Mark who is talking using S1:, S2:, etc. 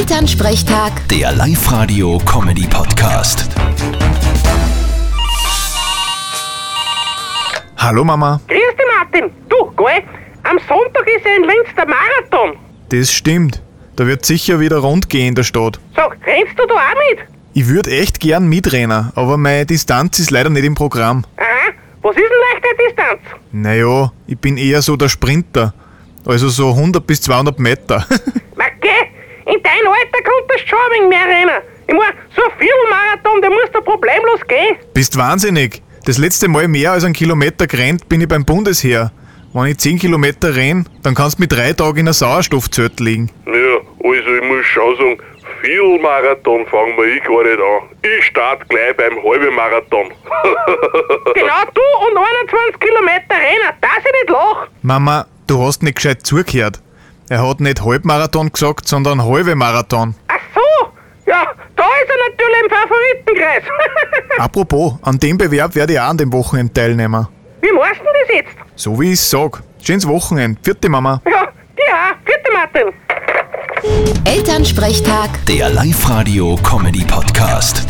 S1: Elternsprechtag,
S2: Der Live-Radio-Comedy-Podcast.
S3: Hallo Mama,
S4: Grüß dich, Martin. Du, gell, am Sonntag ist ja in Linz der Marathon.
S3: das stimmt. Da wird sicher wieder rund gehen in der Stadt.
S4: Sag, rennst du da auch mit?
S3: Ich würde echt gern mitrennen, aber meine Distanz ist leider nicht im Programm.
S4: Aha, was ist denn leichte Distanz?
S3: Naja, ich bin eher so der Sprinter. Also so 100 bis 200 Meter.
S4: Na geh, in dein Alter kommt das schon ein wenig mehr rennen. Ich mein, so ein Viertelmarathon, der muss da problemlos gehen.
S3: Bist wahnsinnig. Das letzte Mal mehr als einen Kilometer gerannt bin ich beim Bundesheer. Wenn ich 10 Kilometer renn, dann kannst du mit drei Tagen in einer Sauerstoffzelt liegen.
S5: Naja, also ich muss schon sagen, viel Marathon fangen wir ich gar nicht an. Ich starte gleich beim halben Marathon.
S4: Genau du und 21 Kilometer rennen, das ich nicht lach.
S3: Mama, du hast nicht gescheit zugehört. Er hat nicht Halbmarathon gesagt, sondern halbe Marathon.
S4: Ach so, ja, da ist er natürlich im Favoritenkreis.
S3: Apropos, an dem Bewerb werde ich auch an dem Wochenende teilnehmen.
S4: Wie machst du denn das jetzt?
S3: So wie ich's sag. Schönes Wochenende. Vierte Mama.
S4: Ja, ja, bitte, Martin.
S1: Elternsprechtag.
S2: Der Live-Radio-Comedy-Podcast.